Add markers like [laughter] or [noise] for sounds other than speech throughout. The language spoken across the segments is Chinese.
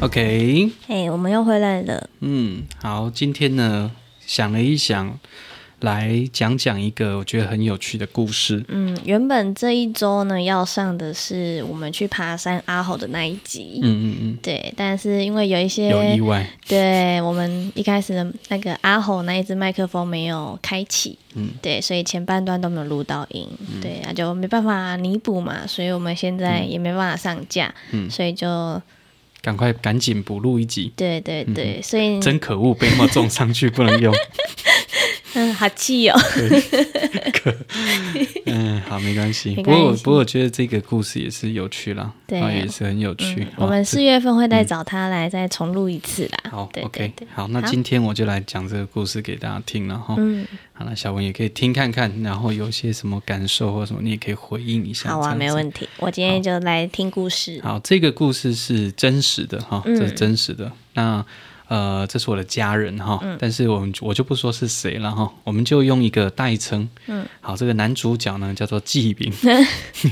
OK，哎、我们又回来了。嗯，好，今天呢想了一想，来讲讲一个我觉得很有趣的故事。嗯，原本这一周呢要上的是我们去爬山阿吼的那一集。嗯嗯对，但是因为有一嗯，有意些，外，对我们一开始的那个阿吼那一只麦克风没有开启，嗯，对，所以前半段都没有录到音，对，那就没办法弥补嘛，所以我们现在也没办法上架，嗯所以就赶快赶紧补录一集。对对对，所以嗯真可恶，被猫撞上去不 [laughs] 能用。嗯，好气哦，嗯，好，没关系。没不过我关系不过我觉得这个故事也是有趣啦，对啊也是很有趣。嗯我哦们这四月份会再找他来再重录一次啦。好对 OK 对对，好，那好今天我就来讲这个故事给大家听了哈。嗯，好了，小文也可以听看看，然后有些什么感受或什么，你也可以回应一下。好这啊，样没子问题。我今天就来听故事。好，这个故事是真实的哈，嗯这是真实的。那呃，这是我的家人哈，嗯但是我们我就不说是谁了哈，我们就用一个代称。嗯，好，这个男主角呢叫做 [laughs] 纪炳，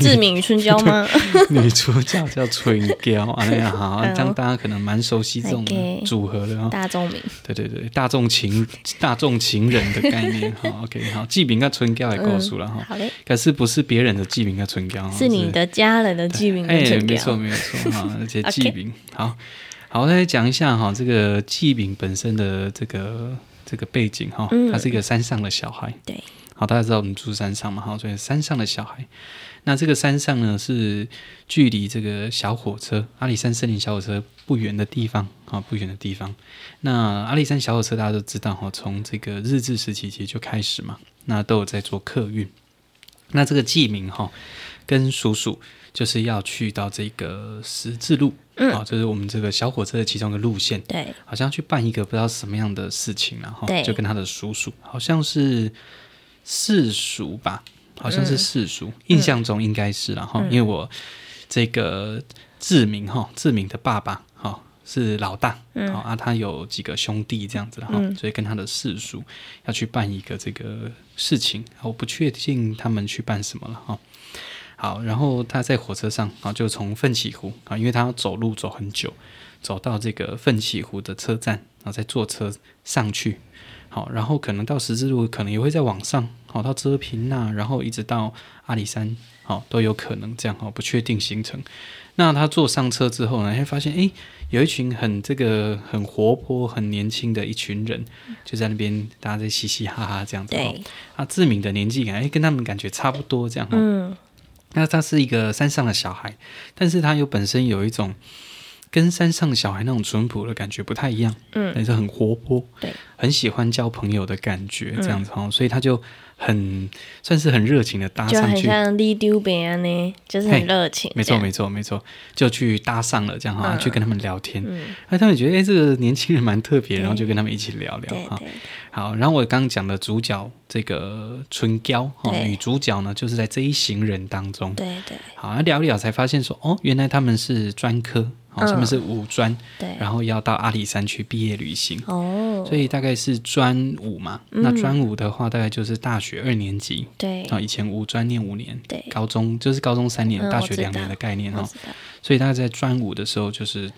志明春娇 [laughs] 吗女主角叫春娇，哎呀，好，这样大家可能蛮熟悉这种 OK 组合的哈。大众 [laughs] 名，对对对，大众情大众情人的概念哈。OK，好， [laughs] 纪炳跟春娇也够熟了哈。嗯好嘞，可是不是别人的纪炳跟春娇，是你的家人的志明跟春哎没娇错。没 [laughs] 错哈，而且 OK 季饼好好，我再讲一下哈，这个季饼本身的这个这个背景哈，嗯他是一个山上的小孩。对，好，大家知道我们住山上嘛，哈，所以山上的小孩，那这个山上呢是距离这个小火车阿里山森林小火车不远的地方啊，不远的地方。那阿里山小火车大家都知道哈，从这个日治时期其实就开始嘛，那都有在做客运。那这个记名哈，跟叔叔就是要去到这个十字路，嗯啊，就是我们这个小火车的其中一个路线，对，好像去办一个不知道什么样的事情然后对就跟他的叔叔，好像是世俗吧，好嗯像是世俗，印象中应该是然后、因为我这个志明哈，志明的爸爸哈。是老大，好、嗯啊，他有几个兄弟这样子，然后、所以跟他的世叔要去办一个这个事情，啊我不确定他们去办什么了哈、好，然后他在火车上啊，就从奋起湖啊，因为他要走路走很久，走到这个奋起湖的车站，然后再坐车上去。好，然后可能到十字路，可能也会再往上，好到遮平那，然后一直到阿里山，好都有可能这样，好不确定行程。那他坐上车之后呢，哎会发现诶，有一群很这个很活泼、很年轻的一群人，就在那边大家在嘻嘻哈哈这样子。嗯对哦，啊，志明的年纪感，诶，跟他们感觉差不多这样。哦嗯，那他是一个山上的小孩，但是他又本身有一种跟山上小孩那种淳朴的感觉不太一样，嗯，但是很活泼，对，嗯很喜欢交朋友的感觉，这样子哦，所以他就很算是很热情的搭就上很去，像立丢饼啊呢，就是很嘿热情。没这错样没错没错，就去搭上了这样哈、嗯去跟他们聊天，嗯，那、他们觉得哎、诶这个年轻人蛮特别，对然后就跟他们一起聊聊对哈。对好，然后我刚刚讲的主角这个春娇哈，对女主角呢就是在这一行人当中，对对好，那聊一聊才发现说，哦，原来他们是专科，哦，嗯他们是五专，对，然后要到阿里山去毕业旅行，哦，所以大概是专五嘛。那专五的话，大概就是大学二年级，嗯对啊、以前五专念五年，对高中就是高中三年，嗯大我学知两年道的概念我哦。知道所以大概在专五的时候，就是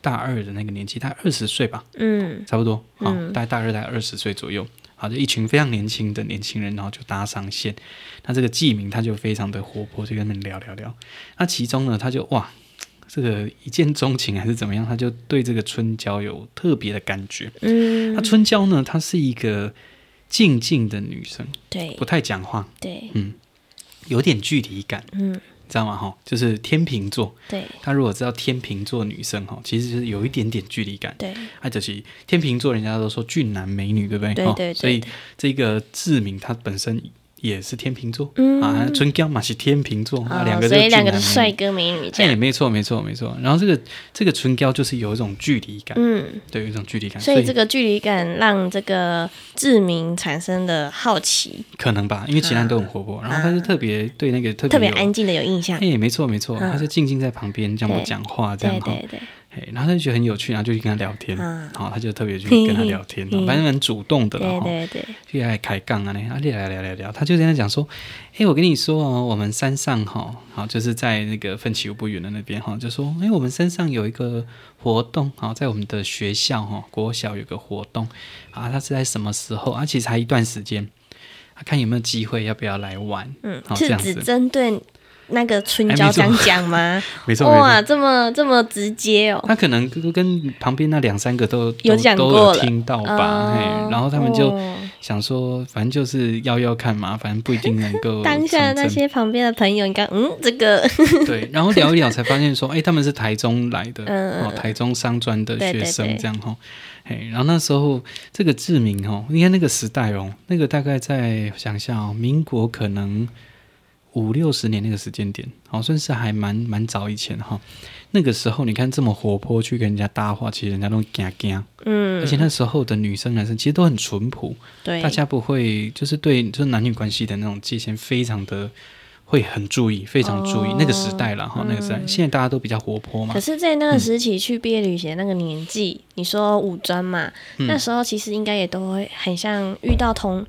大二的那个年纪，大概二十岁吧，嗯，差不多，好、嗯大概大二大概二十岁左右。好，就一群非常年轻的年轻人，然后就搭上线。那这个纪明他就非常的活泼，就跟他们聊聊聊。那其中呢，他就哇，这个一见钟情还是怎么样，他就对这个春娇有特别的感觉。嗯那，春娇呢，她是一个静静的女生，对不太讲话，嗯对，有点距离感，嗯，你知道吗？哈，就是天秤座，对她如果知道天秤座女生哈，其实就是有一点点距离感。对啊，就是天秤座，人家都说俊男美女，对不对？对哦对对所以对这个志明他本身也是天秤座、嗯啊，春江嘛是天秤座、啊，哦两个所以两个都都是帅哥美女这哎，样，没错，没错，没错。然后这个这个唇膏就是有一种距离感，嗯，对，有一种距离感，所以以这个距离感让这个志明产生的好奇，可能吧，因为其他人都很活泼，然后他是特别对那个特别啊特别有安静的有印象，哎，没错没错，他是静静在旁边这样不讲话这样对哈，对对，哎，然后他就觉得很有趣，然后就去跟他聊天，嗯好，他就 [laughs] 特别去跟他聊天，哦嗯反正很主动的啦哦对哈，对对，就来开杠啊，那啊，你来聊聊聊，他就在那讲说，哎、我跟你说哦，我们山上哈、好，就是在那个奋起湖不远的那边哈、就说，哎、我们山上有一个活动，好、在我们的学校哈、国小有个活动，啊，它是在什么时候？啊，其实还一段时间，啊，看有没有机会，要不要来玩？嗯好，这是样只子，针对那个春哎娇没这错样讲 [laughs] 吗？没错没错。哇，这么这么直接哦，他可能跟跟旁边那两三个都都有讲都过有了听到吧，嘿、哦然后他们就哦想说，反正就是要要看嘛，反正不一定能 [laughs] 够当下成真那些旁边的朋友应该，嗯，这个 [laughs] 对，然后聊一聊才发现说，哎、他们是台中来的，嗯哦，台中商专的对学对生对这样哈。哎，然后那时候这个志明哦，你看那个时代哦，那个大概在我想一下哦，民国可能五六十年那个时间点，哦，算是还蛮蛮早以前哈、那个时候你看这么活泼去跟人家搭话，其实人家都惊惊，嗯，而且那时候的女生男生其实都很淳朴，对，大家不会就是对就是男女关系的那种界限非常的会很注意，非常注意、哦那个时代了哈，那个时代、现在大家都比较活泼嘛可，是，在那个时期去毕业旅行那个年纪，你说五专嘛，嗯那时候其实应该也都会很像遇到同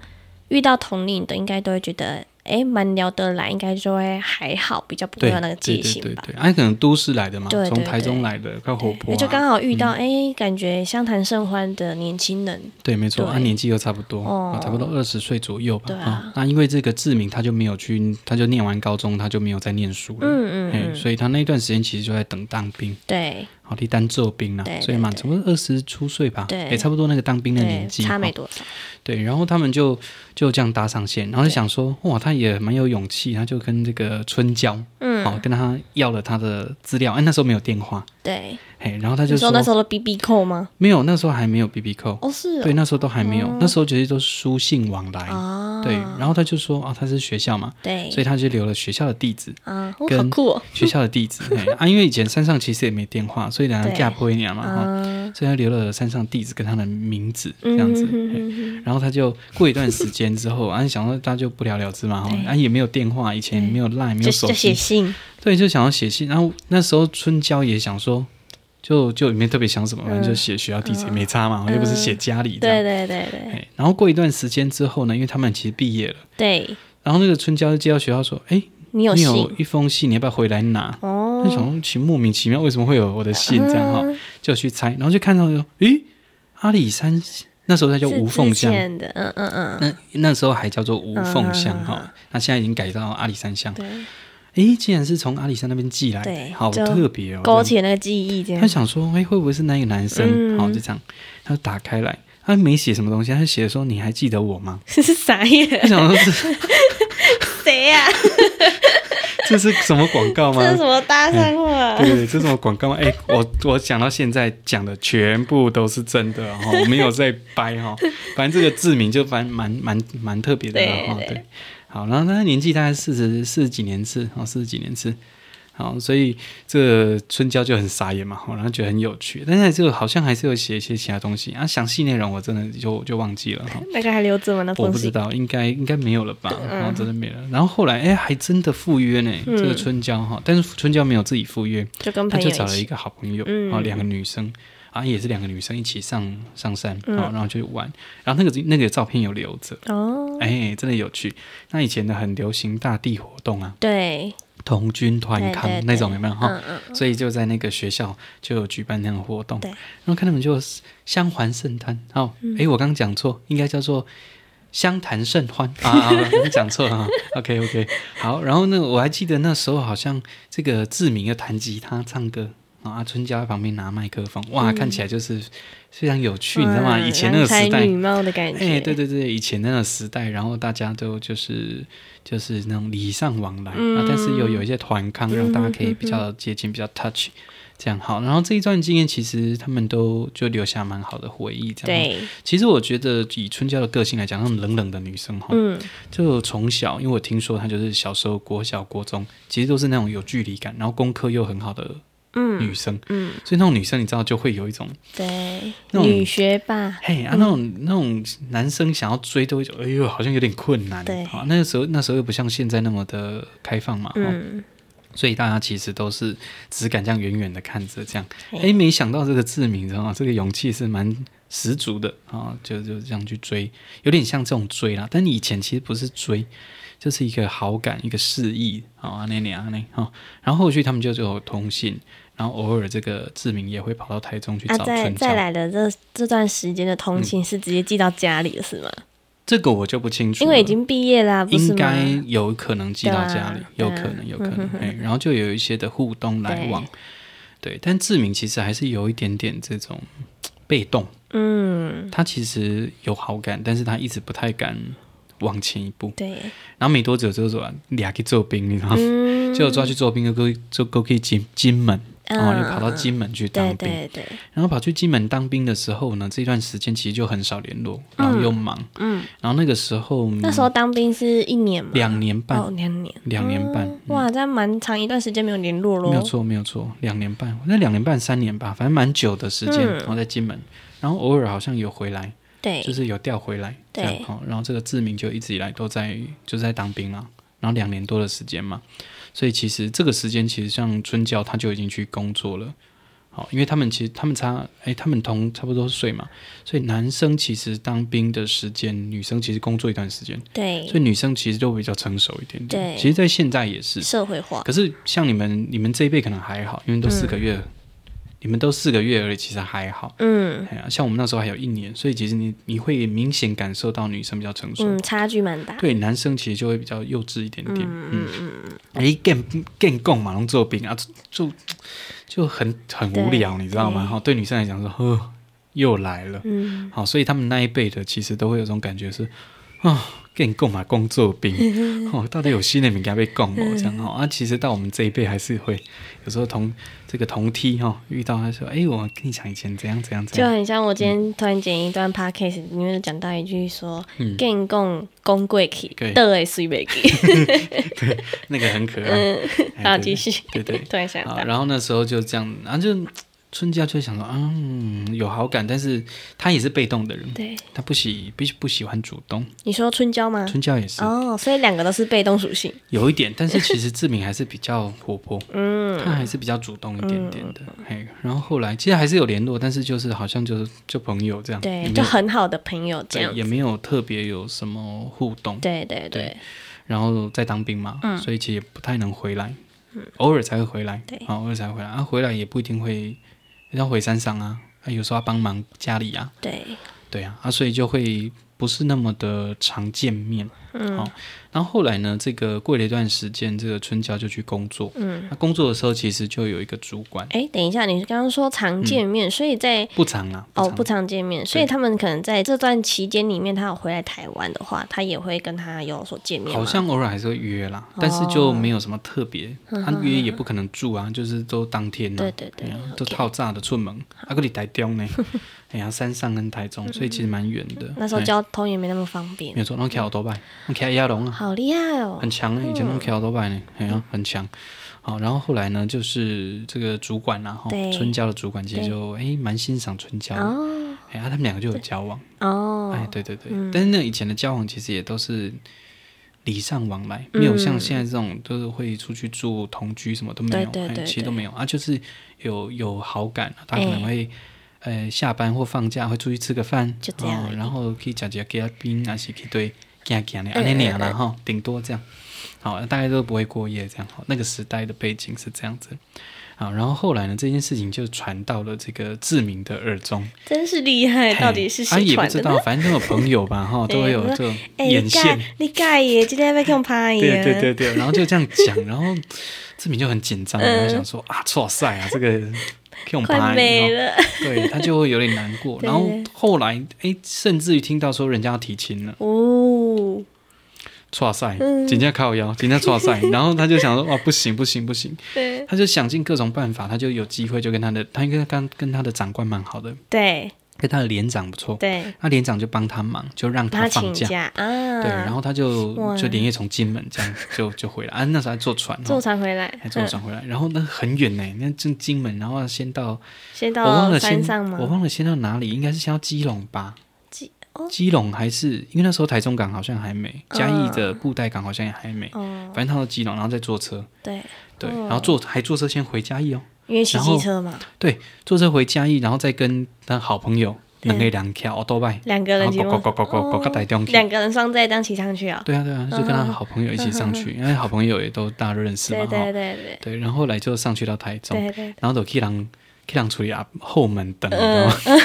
遇到同龄的，应该都会觉得哎蛮聊得来，应该就会还好，比较不会对有那个对界对限对吧。对，哎、可能都市来的嘛，对对从台中来的，快活泼、那啊，就刚好遇到哎、诶感觉相谈甚欢的年轻人，对，没错，对啊他、年纪又差不多，哦啊差不多二十岁左右吧。对啊那因为这个志明他就没有去，他就念完高中，他就没有再念书了，嗯嗯嘿嗯，所以他那一段时间其实就在等当兵，对好，替单做兵啦、对对所以嘛，差不多二十出岁吧，对也、差不多那个当兵的对年，纪，差没哦多少，对，然后他们就就这样搭上线，然后就想说，哇，他也蛮有勇气，他就跟这个春娇，嗯，好、跟他要了他的资料，哎，那时候没有电话，对。嘿，然后他你就说说那时候的 B B 扣吗？没有，那时候还没有 B B 扣，哦，是哦对，那时候都还没有，那时候其实都是书信往来，啊，对，然后他就说啊，他是学校嘛，对所以他就留了学校的地址，啊，哦好跟酷哦，学校的地址，嘿，啊，因为以前山上其实也没电话，所以两人对嫁不回娘嘛，哈、啊，所以他留了山上地址跟他的名字这嗯样子。哼哼嘿哼哼然后他就过一段时间之后，啊，想说大家就不了了之嘛，哈，啊也没有电话，以前也没有 line，没就有手就写机，信，对，就想要写信。然后那时候春娇也想说，就就也没特别想什么，反正就写学校地址也没差嘛，又不是写家里这嗯对样。对对对哎然后过一段时间之后呢，因为他们其实毕业了，对，然后那个春娇就接到学校说，哎，你有你信有一封信，你要不要回来拿？哦，就想说奇莫名其妙为什么会有我的信这样哈，嗯就去猜，然后就看到说，诶，阿里山那时候它叫是无缝之乡，前的，嗯嗯嗯，那那时候还叫做无缝乡嗯哈、那现在已经改到阿里山乡。对，诶，竟然是从阿里山那边寄来对的，好就特别哦。勾起那个记忆这这样样他，想说，诶，会不会是那个男生？嗯好、就这样，他就打开来，他没写什么东西，他就写说你还记得我吗？ [laughs] 是啥呀？ [laughs] 他想说这谁呀？这是什么广告吗 [laughs] 这？是什么搭讪啊 [laughs] 话？对，这种广告，哎、我我讲到现在讲的全部都是真的哈，我没有在掰哈。 [laughs] 反正这个志明就蛮蛮蛮蛮特别的啦哈，对对。好，然后他年纪大概四十四十几年次，哦，四十几年次。好，所以这个春娇就很傻眼嘛，吼然后觉得很有趣，但是就好像还是有写一些其他东西啊，详细内容我真的就就忘记了 [laughs] 哈。那个还留着吗？那我封不知信？道，应该应该没有了吧？然嗯后真的没了。然后后来，哎，还真的赴约呢，这个春娇哈，但是春娇没有自己赴约，就跟他朋就友找一了一起，个好朋友，嗯哦，两个女生啊，也是两个女生一起上上山，嗯哦，然后去玩，然后那个那个照片有留着，哦，哎，真的有趣。那以前的很流行大地活动啊，对，童军团对康对那种有没有哈？嗯嗯，所以就在那个学校就有举办那样的活动，对然后看他们就相环甚欢，哦，诶，我刚刚讲错，应该叫做相谈甚欢啊啊，啊我讲错了啊，OK OK，好，然后呢，我还记得那时候好像这个志明要弹吉他唱歌。然后啊，春娇在旁边拿麦克风，哇，看起来就是非常有趣，你知道吗？嗯以前那个时郎才代女，貌的感觉，哎，对对对，以前那个时代，然后大家都就是就是嗯那种礼尚往来、啊，但是又有一些团康，让大家可以比较接近，比较 touch。这样好。然后这一段经验，其实他们都就留下蛮好的回忆。这样，对，其实我觉得以春娇的个性来讲，那种冷冷的女生哈，嗯，就从小，因为我听说她就是小时候国小、国中，其实都是那种有距离感，然后功课又很好的女生，嗯，所以那种女生你知道就会有一种，对，那种女学霸，嘿啊，那种那种男生想要追都会觉得，哎呦，好像有点困难。对好，那个时候那时候又不像现在那么的开放嘛，哦嗯，所以大家其实都是只敢这样远远的看着，这样，嘿哎，没想到这个志明，你知道吗？这个勇气是蛮十足的啊、就就这样去追，有点像这种追啦。但你以前其实不是追，就是一个好感，一个示意啊，那那那哈。然后后续他们就就有通信，然后偶尔这个志明也会跑到台中去啊，找再春娇。再来的这这段时间的嗯通勤是直接寄到家里了，是吗？这个我就不清楚了，因为已经毕业啦，不是应吗？该有可能寄到家里，对有啊可能，对啊有可能。哎、然后就有一些的互动来往，对。但志明其实还是有一点点这种嘖被动，嗯，他其实有好感，但是他一直不太敢往前一步。对，然后没多久就说俩去做兵，你知道吗？嗯，结果抓去做 [laughs] 兵，就勾就勾去金金门，嗯哦，又跑到金门去对当兵。对对，然后跑去金门当兵的时候呢，这段时间其实就很少联络，然后又忙。嗯，然后那个时候那时候当兵是一年嘛，嗯两年半，哦，两年，两年半。嗯哇，这样蛮长一段时间没有联络喽，没有错，没有错，两年半，那两年半三年吧，反正蛮久的时间。嗯然后在金门，然后偶尔好像有回来，对，就是有调回来，这对样哦。然后这个志明就一直以来都在就是在当兵啊，然后两年多的时间嘛，所以其实这个时间其实像春娇他就已经去工作了。好，因为他们其实他们差哎，他们同差不多岁嘛，所以男生其实当兵的时间，女生其实工作一段时间，对所以女生其实就比较成熟一点点。对其实，在现在也是，社会化，可是像你们，你们这一辈可能还好，因为都四个月，你们都四个月而已，其实还好。嗯哎呀，像我们那时候还有一年，所以其实你你会明显感受到女生比较成熟，嗯，差距蛮大，对男生其实就会比较幼稚一点点。嗯，嗯嗯嗯，哎、更更共嘛，龙做兵啊，就就就很很无聊，你知道吗？对哈，对女生来讲说，呵，又来了。嗯，好，所以他们那一辈的其实都会有种感觉是啊，跟你购买工作兵哦，到底有新的名给他被供哦，这样哦啊，其实到我们这一辈还是会有时候同这个同梯哈、哦、遇到他说，哎、我跟你讲以前怎样怎样怎就样，很像我今天突然剪一段 podcast 里面讲到一句说嗯，更共公贵气对，的诶水袂 [laughs] 气，那个很可爱， [laughs] 哎好对继续，对对突然想啊，到，然后那时候就这样，然后就春娇就想说，啊嗯，有好感，但是他也是被动的人，对，他不喜不不喜欢主动，你说春娇吗？春娇也是、哦，所以两个都是被动属性，有一点，但是其实志明还是比较活泼，嗯，他还是比较主动一点点的，嘿，然后后来其实还是有联络，但是就是好像就是就朋友这样，也对，没就有很好的朋友这对样也，没有特别有什么互动，对对对对，然后在当兵嘛，所以其实也不太能回来，偶尔才会回来嗯对，啊，偶尔才会回来，啊，回来也不一定会要回山上啊，啊有时候要帮忙家里啊，对，对啊，啊，所以就会不是那么的常见面。嗯，好、然后后来呢，这个过了一段时间，这个春娇就去工作。嗯，那工作的时候，其实就有一个主管，哎，等一下，你刚刚说常见面，所以在嗯不长啦，哦长不常见面，所以他们可能在这段期间里面，他有回来台湾的话，他也会跟他有所见面吗，哦好像偶尔还是会约啦，但是就没有什么特别，嗯他、约也不可能住啊，就是都当天啊，对对对哎呀 OK 都套炸的出门，啊，个你台中 [laughs] 呢，哎呀，山上跟台中，所以嗯其实蛮远的。那时候哎交通也没那么方便没，有错，那开好多拜，那开亚龙啊，好厉害哦，很强欸，以前那种 K 多拜呢，哎呀、很强。好，然后后来呢，就是这个主管然、啊、后对春娇的主管其实就哎蛮欣赏春娇的，哦哎、啊他们两个就有交往，哎哦，对对对，但是那以前的交往其实也都是礼尚往来，没有像现在这种都是会出去住同居什么都没有，嗯对对对哎、其实都没有啊，就是有有好感，他可哎能会。呃，下班或放假会出去吃个饭，就这样哦而已然后去吃吃鸡冰，啊还是去对行行的，安尼俩啦哈，顶多这样。好，大家都不会过夜这样。好，那个时代的背景是这样子。好，然后后来呢，这件事情就传到了这个志明的耳中。真是厉害，嘿哎到底是啊谁也不传知的呢？ [laughs] 道，反正都有朋友吧，哈，都会有这种哎，眼你线盖。你盖耶，今天被看拍对耶，对对对，然后就这样 [laughs] 讲，然后志明就很紧张，然后想说啊，错赛啊，这个 Q 嗯快没了，对他就会有点难 [laughs] 过。对然后后来，哎，甚至于听到说人家要提亲了，哦，错赛，紧接靠腰，紧接 [laughs] 错赛，然后他就想说，哇，不行不行不行，对他就想尽各种办法，他就有机会就跟他的，他应该刚跟他的长官蛮好的，对跟他的连长不错，对，那连长就帮他忙，就让帮他请放假，假啊，对，然后他就哇就连夜从金门这样就就回来，啊，那时候还坐船坐哦。船回来嗯还，坐船回来，然后那很远呢，那正金门，然后要先到先我忘到了山先上我吗？忘了先到哪里，应该是先到基隆吧？基哦基隆还是因为那时候台中港好像还没，嘉义的布袋港好像也还没，嗯哦，反正他到基隆，然后再坐车，对，对，哦然后坐还坐车先回嘉义哦，因为骑然机后车嘛，坐车回嘉义，然后再跟他好朋友对两个人跳奥多拜，两个然人后骑呱呱摩，呱呱呱呱呱台中去。两个人双载单骑上去啊，对啊对啊，就跟他好朋友一起上去，因为好朋友也都大家都认识嘛对哈对。对对，然后后来就上去到台中，对对对，然后就去人去人处理啊后门等，你知道吗？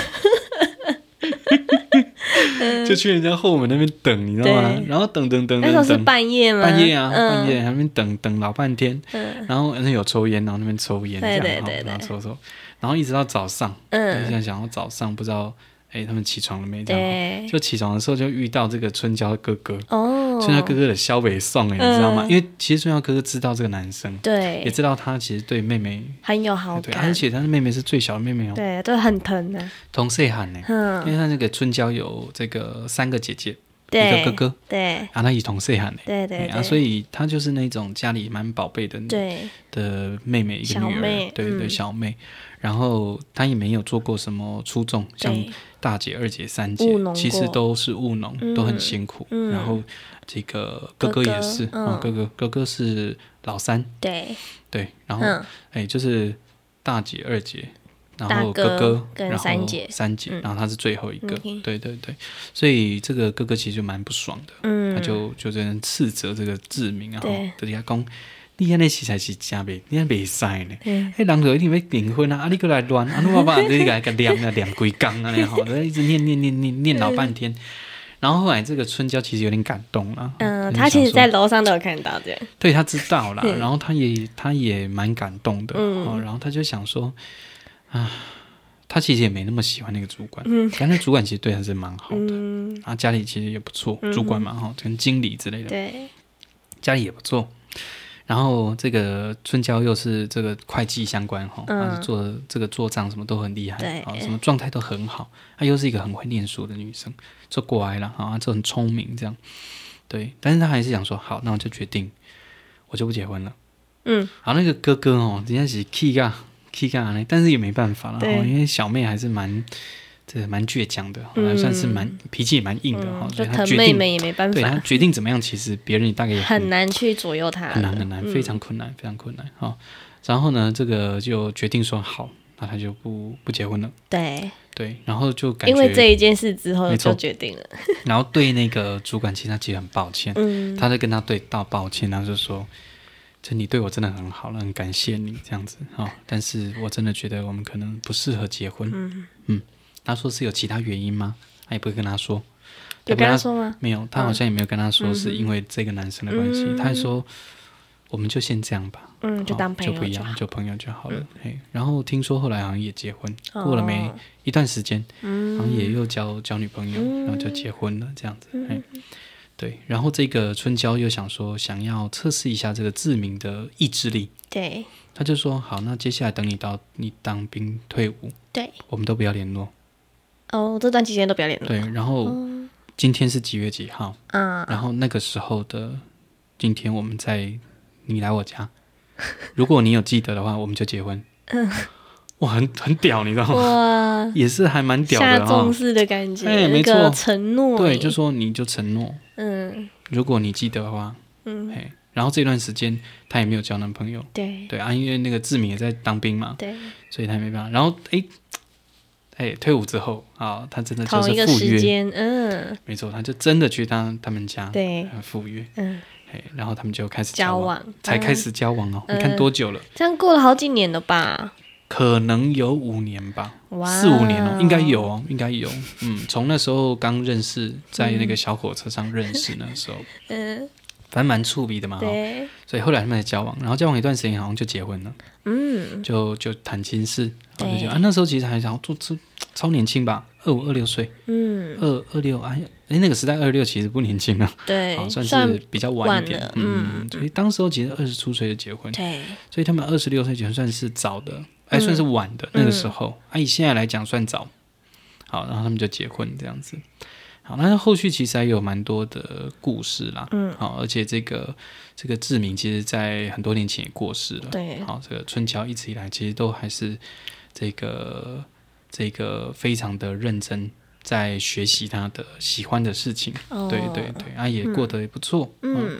[laughs] 就去人家后门那边等，你知道吗嗯对？然后等等等那时候等是等，半夜吗？半夜啊，半嗯，夜还那边等等老半天，嗯然后那有抽烟，然后那边抽烟，对这样对对哈对然后抽抽，然后一直到早上，就嗯，想想要早上不知道哎他们起床了没这样哈，对，就起床的时候就遇到这个春娇哥哥，哦，春娇哥哥的萧北宋哎，你知道吗？嗯因为其实春娇哥哥知道这个男生，也对，知道他其实对妹妹，很有好对，感而，且他的妹妹是最小的妹妹哦，对，都很疼啊的，同岁喊呢，哎因嗯，为他那个春娇有这个三个姐姐，对，一个哥哥，对啊，他也同岁喊呢。对对哎对，啊，所以她就是那种家里蛮宝贝的对的妹妹，一个小女儿，妹对对嗯小妹。然后她也没有做过什么出众，像对大姐、二姐、三姐务农，其实过都是务农，嗯都很辛苦。嗯然后这个哥哥哥也是，嗯啊，哥哥哥哥是老三，对，对，然后哎、嗯，就是大姐、二姐。然大后哥哥哥，跟然后三姐三姐，嗯然后她是最后一个， OK 对对对，所以这个哥哥其实就蛮不爽的，嗯，他就就在那斥责这个志明啊，吼对就是他讲，你安尼实在是真袂，你安袂使呢。嗯，迄人就一定要订婚啊！啊，你过来乱，啊，我爸你来个念啊念几工啊，吼，就一直念念念念念老半天。然后后来这个春娇其实有点感动了，嗯，就是他其实，想在说楼上都有看到这样，对他知道啦嗯，然后他也他也蛮感动的，嗯哦，然后他就想说，啊，他其实也没那么喜欢那个主管，嗯，但那主管其实对他是蛮好的，嗯，啊，家里其实也不错嗯，哼主管嘛哈，跟经理之类的，对，家里也不错。然后这个春娇又是这个会计相关哈，嗯她是做这个做账什么都很厉害对，啊，什么状态都很好。她又是一个很会念书的女生，就过来了啊，就很聪明这样。对，但是她还是想说，好，那我就决定，我就不结婚了。嗯，然后那个哥哥哦，人家是 K 啊 K 啊呢，但是也没办法了，对哦因为小妹还是蛮这蛮倔强的，嗯还算是蛮脾气也蛮硬的哈嗯，就所以她疼决妹定妹也没办对他法，决定怎么样，其实别人也大概也很难去左右他，很难很嗯难，非常困难，非常困难哈、然后呢，这个就决定说好，那他就不不结婚了，对，对，然后就感因 [laughs] 为觉，这一件事之后没错就决定了，然后对那个主管其实他其实很抱歉，嗯，他在跟他对道抱歉，然后就说。就你对我真的很好了，很感谢你这样子哈、但是我真的觉得我们可能不适合结婚。嗯他说是有其他原因吗？他也不会跟他说，有跟他说吗？没有，他好像也没有跟他说是因为这个男生的关系，嗯他还说我们就先这样吧，嗯，就好当朋就不友一就样，好，嗯就朋友就好了。嘿，然后听说后来好像也结婚，哦过了没一段时间，嗯，好像也又交交女朋友，然后就结婚了这样子。嗯嘿，对，然后这个春娇又想说想要测试一下这个志明的意志力，对他就说好，那接下来等你到你当兵退伍，对，我们都不要联络。哦，这段期间都不要联络，对，然后嗯今天是几月几号？ [laughs] 啊，然后那个时候的今天，我们在你来我家， [laughs] 如果你有记得的话，我们就结婚。哇，很很屌，你知道嗯吗？哇，也也是还蛮屌下的哈、重欸视的感觉，哎那没错个承诺，对，就说你就承诺，嗯如果你记得的话，嗯，嘿。然后这段时间她也没有交男朋友，对对啊，因为那个志明也在当兵嘛，对，所以她也没办法。然后哎哎，退伍之后啊，她真的就同一个是赴时约，间，嗯，没错，她就真的去他他们家对，呃赴约，嗯，嘿，然后他们就开始交往。往才开，嗯始交往哦，嗯你看多久了？这样过了好几年了吧？可能有五年吧，哇，四五年哦，应该有，哦，应该有。嗯，从那时候刚认识，在那个小火车上认识，那 [laughs] 时候嗯，反正蛮触鼻的嘛、哦，对，所以后来他们也交往，然后交往一段时间，好像就结婚了，嗯，就就谈亲事，然后就对结婚啊，那时候其实还想说这这超年轻吧，二五二六岁，嗯，二二六哎哎那个时代二六其实不年轻了，对好，算算是比较晚一点晚了，嗯，所以当时候其实二十出岁就结婚，对，所以他们二十六岁结婚算是早的，嗯哎算是晚的那个时候，啊以现在来讲算早，好，然后他们就结婚这样子。好，那后续其实还有蛮多的故事啦，嗯，好，而且这个这个志明其实在很多年前也过世了，对，好，这个春桥一直以来其实都还是这个这个非常的认真，在学习他的喜欢的事情。哦对对，对，啊，也过得也不错。嗯，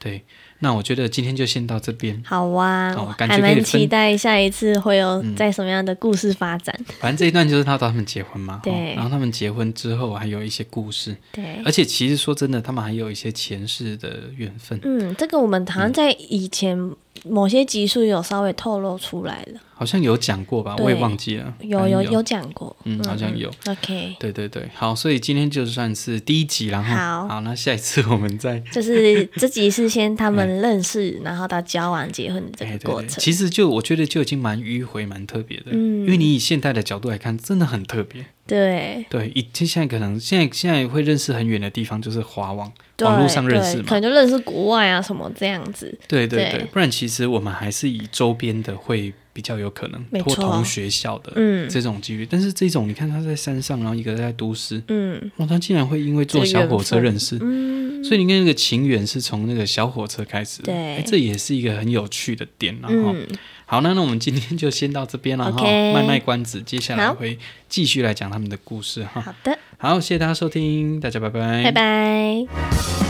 对，那我觉得今天就先到这边。好啊，哦我感觉还可以蛮分嗯期待下一次会有在什么样的故事发展。反正这一段就是他到他们结婚嘛，对哦然后他们结婚之后还有一些故事，对，而且其实说真的，他们还有一些前世的缘分，嗯，这个我们好像在以前某些集数有稍微透露出来了，好像有讲过吧，对我也忘记了。有反正有哎有有讲过，嗯好像有 OK，对对对，好，所以今天就算是第一集然后好好，那下一次我们再 [laughs] 就是这集是先他们认识，然后到交往、结婚的哎 [laughs] 这个对过对，程。其实就我觉得就已经蛮迂回、蛮特别的，嗯因为你以现代的角度来看，真的很特别。对对，以现在可能现在现在会认识很远的地方，就是华网对，网络上认识对可嘛能。就认识国外啊什么这样子。对对对对，不然其实我们还是以周边的会比较有可能，没或错同学校的嗯这种几率。但是这种你看他在山上，然后一个在都市，哦嗯哇，他竟然会因为坐这个小缘火车分认识，嗯，所以你看那个情缘是从那个小火车开始的，对哎这也是一个很有趣的点，然后。嗯，好，那那我们今天就先到这边了哈 OK 卖卖关子，接下来好会继续来讲他们的故事哈。好的，哎好，谢谢大家收听，大家拜拜，拜拜。